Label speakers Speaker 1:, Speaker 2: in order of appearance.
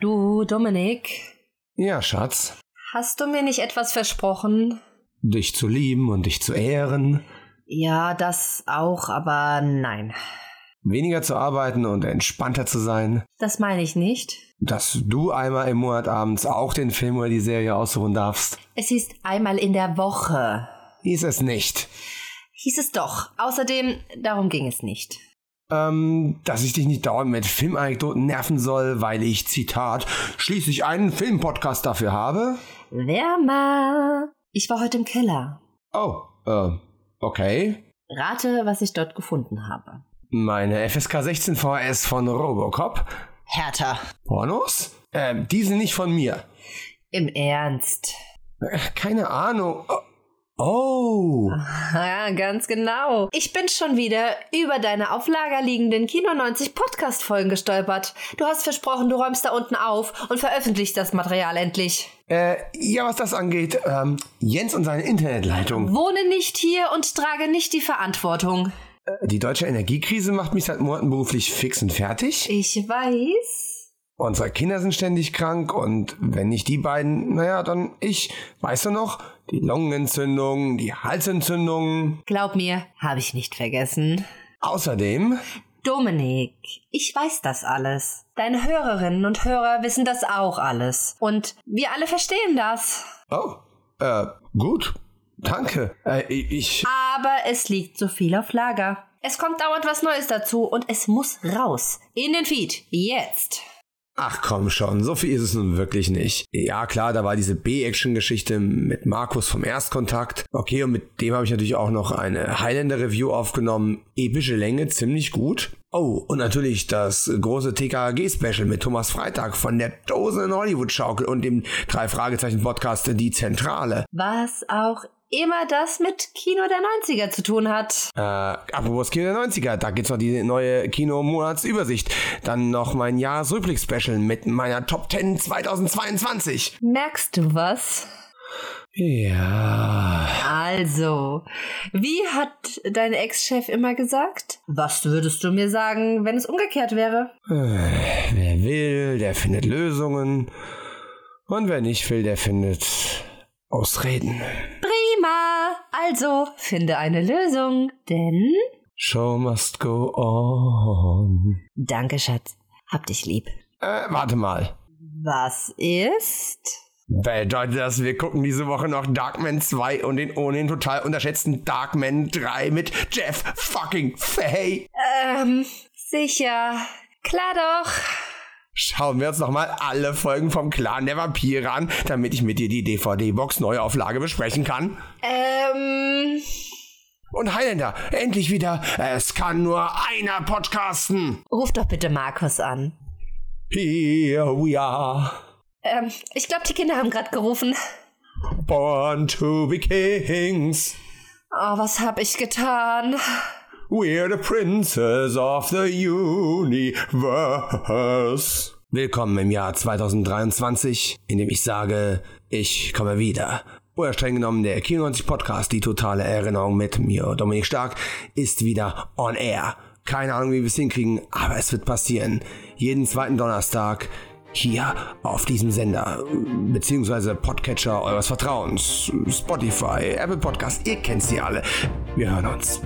Speaker 1: Du, Dominik,
Speaker 2: Ja, Schatz.
Speaker 1: hast du mir nicht etwas versprochen?
Speaker 2: Dich zu lieben und dich zu ehren,
Speaker 1: Ja, das auch, aber nein.
Speaker 2: weniger zu arbeiten und entspannter zu sein,
Speaker 1: Das meine ich nicht.
Speaker 2: dass du einmal im Monat abends auch den Film oder die Serie aussuchen darfst.
Speaker 1: Es hieß einmal in der Woche.
Speaker 2: Hieß es nicht.
Speaker 1: Hieß es doch. Außerdem, darum ging es nicht.
Speaker 2: Ähm, dass ich dich nicht dauernd mit Filmanekdoten nerven soll, weil ich, Zitat, schließlich einen Filmpodcast dafür habe.
Speaker 1: Wärmer. Ich war heute im Keller.
Speaker 2: Oh, äh, okay.
Speaker 1: Rate, was ich dort gefunden habe.
Speaker 2: Meine FSK 16 VHS von Robocop.
Speaker 1: Hertha.
Speaker 2: Pornos? Ähm, die sind nicht von mir.
Speaker 1: Im Ernst.
Speaker 2: Äh, Keine Ahnung. Oh. Oh.
Speaker 1: Ja, ganz genau. Ich bin schon wieder über deine auf Lager liegenden Kino 90 Podcast-Folgen gestolpert. Du hast versprochen, du räumst da unten auf und veröffentlichst das Material endlich.
Speaker 2: Äh, ja, was das angeht, ähm, Jens und seine Internetleitung.
Speaker 1: Wohne nicht hier und trage nicht die Verantwortung.
Speaker 2: Äh, Die deutsche Energiekrise macht mich seit Monaten beruflich fix und fertig.
Speaker 1: Ich weiß.
Speaker 2: Unsere Kinder sind ständig krank und wenn nicht die beiden, naja, dann ich. Weißt du noch? Die Lungenentzündung, die Halsentzündung.
Speaker 1: Glaub mir, habe ich nicht vergessen.
Speaker 2: Außerdem,
Speaker 1: Dominik, ich weiß das alles. Deine Hörerinnen und Hörer wissen das auch alles. Und wir alle verstehen das.
Speaker 2: oh, äh, gut, danke. Äh, ich,
Speaker 1: Aber es liegt so viel auf Lager. Es kommt dauernd was Neues dazu und es muss raus. In den Feed. Jetzt.
Speaker 2: ach komm schon, so viel ist es nun wirklich nicht. Ja klar, da war diese B-Action-Geschichte mit Markus vom Erstkontakt. Okay, und mit dem habe ich natürlich auch noch eine Highlander-Review aufgenommen. Epische Länge, ziemlich gut. Oh, und natürlich das große TKG-Special mit Thomas Freitag von der tosenden Hollywood-Schaukel und dem Drei-Fragezeichen-Podcast Die Zentrale.
Speaker 1: Was auch immer das mit Kino der 90er zu tun hat.
Speaker 2: Äh, apropos Kino der 90er, da gibt's noch die neue Kino-Monatsübersicht. Dann noch mein Jahresrückblick-Special mit meiner Top 10 2022.
Speaker 1: Merkst du was?
Speaker 2: Ja.
Speaker 1: Also, wie hat dein Ex-Chef immer gesagt? Was würdest du mir sagen, wenn es umgekehrt wäre?
Speaker 2: äh, Wer will, der findet Lösungen. Und wer nicht will, der findet Ausreden.
Speaker 1: Prima! Also, finde eine Lösung, denn...
Speaker 2: Show must go on.
Speaker 1: Danke, Schatz. Hab dich lieb.
Speaker 2: Äh, warte mal.
Speaker 1: Was ist...
Speaker 2: Bedeutet das, wir gucken diese Woche noch Darkman 2 und den ohnehin total unterschätzten Darkman 3 mit Jeff fucking Fay.
Speaker 1: Ähm, sicher. Klar doch.
Speaker 2: Schauen wir uns nochmal alle Folgen vom Clan der Vampire an, damit ich mit dir die DVD-Box-Neuauflage besprechen kann.
Speaker 1: Ähm,
Speaker 2: Und Highlander, endlich wieder. Es kann nur einer podcasten.
Speaker 1: ruf doch bitte Markus an.
Speaker 2: Here we are,
Speaker 1: Ähm, ich glaube, die Kinder haben gerade gerufen.
Speaker 2: born to be kings.
Speaker 1: Oh, was hab ich getan?
Speaker 2: We're the princes of the universe. Willkommen im Jahr 2023, in dem ich sage, ich komme wieder. Oder streng genommen, der Kino90 Podcast, die totale Erinnerung mit mir, Dominik Stark, ist wieder on air. Keine Ahnung, wie wir es hinkriegen, aber es wird passieren. Jeden zweiten Donnerstag hier auf diesem Sender, beziehungsweise Podcatcher eures Vertrauens, Spotify, Apple Podcast, ihr kennt sie alle. Wir hören uns.